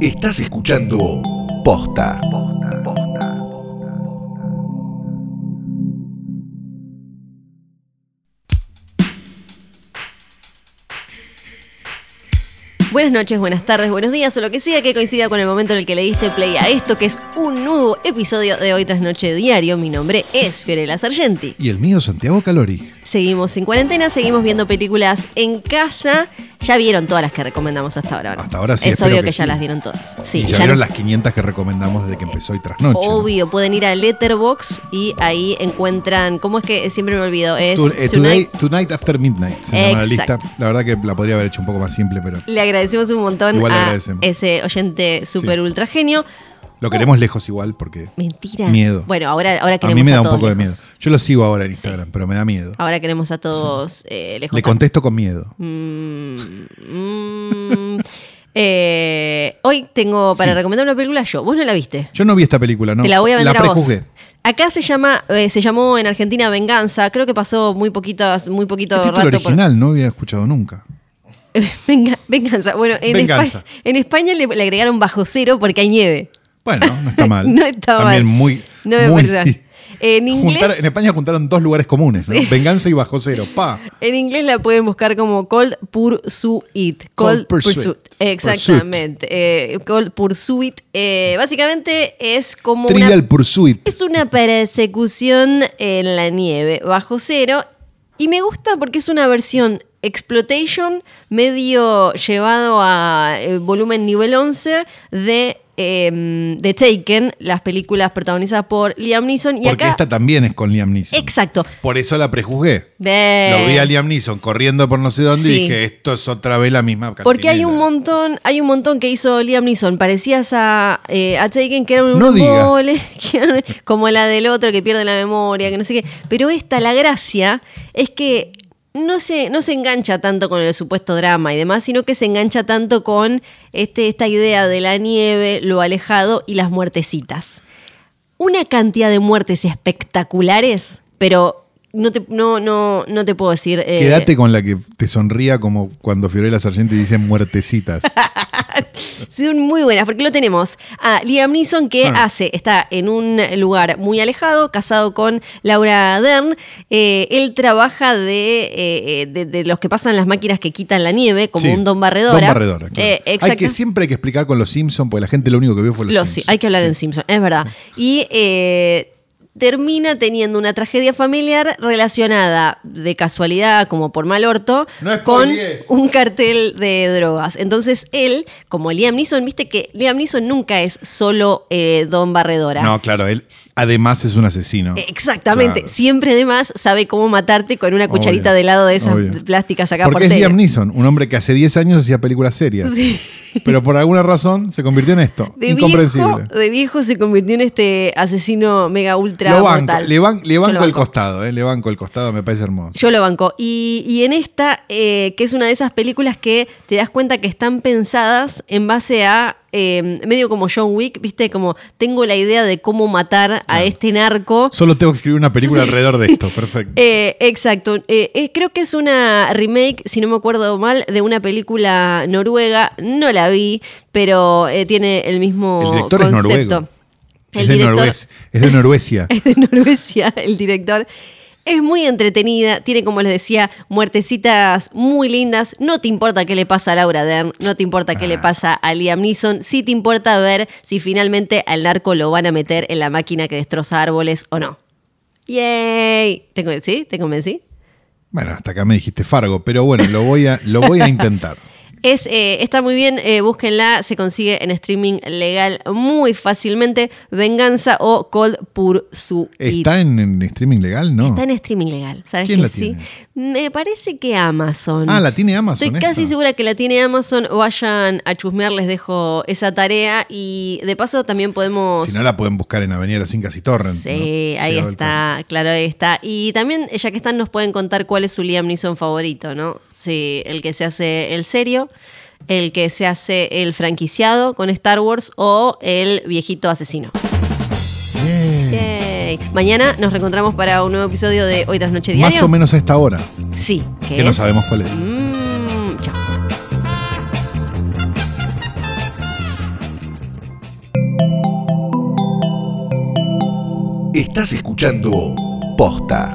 Estás escuchando Posta. Buenas noches, buenas tardes, buenos días o lo que sea que coincida con el momento en el que le diste play a esto, que es un nuevo episodio de Hoy Tras Noche Diario. Mi nombre es Fiorella Sargenti. Y el mío, Santiago Calori. Seguimos en cuarentena, seguimos viendo películas en casa. Ya vieron todas las que recomendamos hasta ahora. ¿no? Hasta ahora sí, Es espero obvio que, que ya sí. las vieron todas. Sí, y ya, ya vieron no- las 500 que recomendamos desde que empezó hoy tras noche. ¿no? Obvio, pueden ir a Letterbox y ahí encuentran. ¿Cómo es que Eh, siempre me olvido? Es Tu- eh, Tonight. today- tonight After Midnight se llama la Exacto. lista. La verdad que la podría haber hecho un poco más simple, pero Le agradecemos un montón Igual le a agradecemos. ese oyente super Sí. ultra genio. lo queremos lejos igual porque Mentira. Miedo. Bueno, ahora, ahora a queremos mí me da un todos poco de miedo. lejos. Ah, Yo lo sigo ahora en Instagram, pero me da miedo. Ahora queremos a todos eh, lejos. Le contesto con miedo. Mm, mm, eh, hoy tengo para Sí. recomendar una película yo. Vos no la viste. Yo no vi esta película, ¿no? Te la voy a vender a vos. prejuzgué. Acá se llama, eh, se llamó en Argentina Venganza. Creo que pasó muy poquito, muy poquito El Este título rato. por- original no había escuchado nunca. Venga- venganza. Bueno, en Venganza. España, en España le, le agregaron bajo cero porque hay nieve. Bueno, no está mal. No está También mal. muy. No me muy- parece. En inglés- Juntaron- en España juntaron dos lugares comunes, ¿no? Venganza y bajo cero. Pa. En inglés la pueden buscar como Cold Pursuit. Cold Cold, Pursuit. Pursuit. Exactamente. Eh, Cold Pursuit. eh, básicamente es como una- Trivial Pursuit. Es una persecución en la nieve, bajo cero. Y me gusta porque es una versión exploitation, medio llevado a eh, volumen nivel 11 de, eh, de Taken, las películas protagonizadas por Liam Neeson. Y Porque acá. esta también es con Liam Neeson. Exacto. Por eso la prejuzgué. Ve. Lo vi a Liam Neeson corriendo por no sé dónde Eh. Sí. y dije, esto es otra vez la misma Porque hay un cantinela. montón, hay un montón que hizo Liam Neeson, parecías a, eh, a Taken que era un No digas. embole, que era- como la del otro que pierde la memoria, que no sé qué. Pero esta, la gracia, es que no se, no se engancha tanto con el supuesto drama y demás, sino que se engancha tanto con este, esta idea de la nieve, lo alejado y las muertecitas. Una cantidad de muertes espectaculares, pero no te, no, no, no te puedo decir. eh, Quédate con la que te sonría como cuando Fiorella Sargenti dice muertecitas. Son muy buenas, porque lo tenemos a Liam Neeson que Bueno. hace, está en un lugar muy alejado, casado con Laura Dern. Eh, él trabaja de, eh, eh, de, de los que pasan las máquinas que quitan la nieve, como Sí, un don barredora. Don barredora, claro. Eh, hay exacto. que, siempre hay que explicar con los Simpsons, porque la gente lo único que vio fue los Lo- sí, Simpsons. hay que hablar en Simpson, es verdad. Y eh, termina teniendo una tragedia familiar relacionada de casualidad, como por mal orto, No con spoilees. un cartel de drogas. Entonces él, como Liam Neeson, viste que Liam Neeson nunca es solo eh, Don Barredora. Eh, No, claro, él además es un asesino. Exactamente, Claro. siempre además sabe cómo matarte con una cucharita Obvio, de helado de esas obvio. plásticas acá Porque por es tele. Liam Neeson, un hombre que hace 10 años hacía películas serias. Pero por alguna razón se convirtió en esto. De Incomprensible. viejo, de viejo se convirtió en este asesino mega ultra Lo banco, mortal. le, ban- le Yo lo banco el banco. costado, eh, le banco el costado, me parece hermoso. Yo lo banco. Y, y en esta, eh, que es una de esas películas que te das cuenta que están pensadas en base a, eh, medio como John Wick, viste, como tengo la idea de cómo matar a este narco. Solo tengo que escribir una película alrededor de esto, perfecto. Eh, exacto. Eh, eh, creo que es una remake, si no me acuerdo mal, de una película noruega. No la vi, pero eh, tiene el mismo El director es concepto. noruego. El es, de director- Norue- es de Noruega. es de Norvecia, el director. Es muy entretenida, tiene, como les decía, muertecitas muy lindas. No te importa qué le pasa a Laura Dern, no te importa qué le pasa a Liam Neeson, sí te importa ver si finalmente al narco lo van a meter en la máquina que destroza árboles o no. ¡Yay! ¿Te convencí? ¿Te convencí? Bueno, hasta acá me dijiste Fargo, pero bueno, lo voy a, lo voy a intentar. Es, eh, está muy bien, eh, búsquenla, se consigue en streaming legal muy fácilmente. Venganza o Cold Pursuit. ¿Está en, en streaming legal? No. Está en streaming legal, ¿sabes Mm. ¿Quién que la sí? tiene? Me parece que Amazon. Ah, la tiene Amazon. Estoy casi esta? segura que la tiene Amazon. Vayan a chusmear, les dejo esa tarea. Y de paso también podemos. Si no, la pueden buscar en Avenida Los Incas y Torrent. Sí, ¿no? ahí Llegado el caso. está, claro, ahí está. Y también, ya que están, nos pueden contar cuál es su Liam Neeson favorito, ¿no? Sí, el que se hace el serio, el que se hace el franquiciado con Star Wars o el viejito asesino. Bien. Yay. Mañana nos reencontramos para un nuevo episodio de Hoy tras Noche Diario. Más o menos a esta hora, Sí, ¿qué que no es? sabemos cuál Mmm. es. Mm, chao. Estás escuchando Posta.